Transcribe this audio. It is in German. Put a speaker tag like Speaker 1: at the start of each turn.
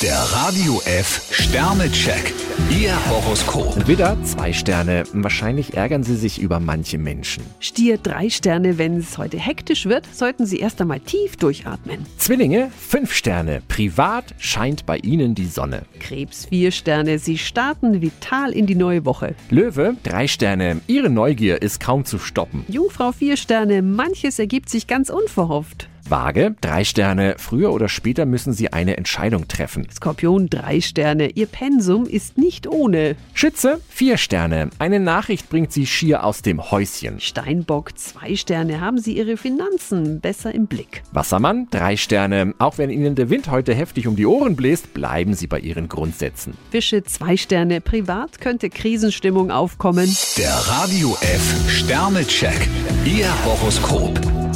Speaker 1: Der Radio F Sternecheck. Ihr Horoskop.
Speaker 2: Widder, zwei Sterne. Wahrscheinlich ärgern Sie sich über manche Menschen.
Speaker 3: Stier drei Sterne, wenn es heute hektisch wird, sollten Sie erst einmal tief durchatmen.
Speaker 2: Zwillinge, fünf Sterne. Privat scheint bei Ihnen die Sonne.
Speaker 3: Krebs vier Sterne, Sie starten vital in die neue Woche.
Speaker 2: Löwe, drei Sterne. Ihre Neugier ist kaum zu stoppen.
Speaker 3: Jungfrau vier Sterne, manches ergibt sich ganz unverhofft.
Speaker 2: Waage, drei Sterne. Früher oder später müssen Sie eine Entscheidung treffen.
Speaker 3: Skorpion drei Sterne, Ihr Pensum ist nicht ohne.
Speaker 2: Schütze, vier Sterne. Eine Nachricht bringt Sie schier aus dem Häuschen.
Speaker 3: Steinbock zwei Sterne, haben Sie Ihre Finanzen besser im Blick.
Speaker 2: Wassermann, drei Sterne. Auch wenn Ihnen der Wind heute heftig um die Ohren bläst, bleiben Sie bei Ihren Grundsätzen.
Speaker 3: Fische zwei Sterne, privat könnte Krisenstimmung aufkommen.
Speaker 1: Der Radio F Sternecheck. Ihr Horoskop.